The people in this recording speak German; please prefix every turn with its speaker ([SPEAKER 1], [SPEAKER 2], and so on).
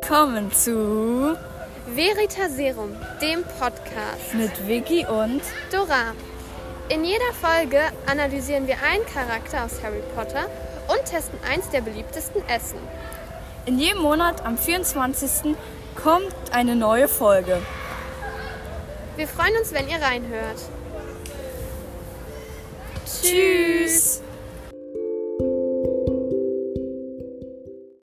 [SPEAKER 1] willkommen zu
[SPEAKER 2] Veritaserum, dem Podcast
[SPEAKER 1] mit Vicky und
[SPEAKER 2] Dora. In jeder Folge analysieren wir einen Charakter aus Harry Potter und testen eins der beliebtesten Essen.
[SPEAKER 1] in jedem Monat am 24. kommt eine neue Folge.
[SPEAKER 2] Wir freuen uns, wenn ihr reinhört.
[SPEAKER 1] Tschüss.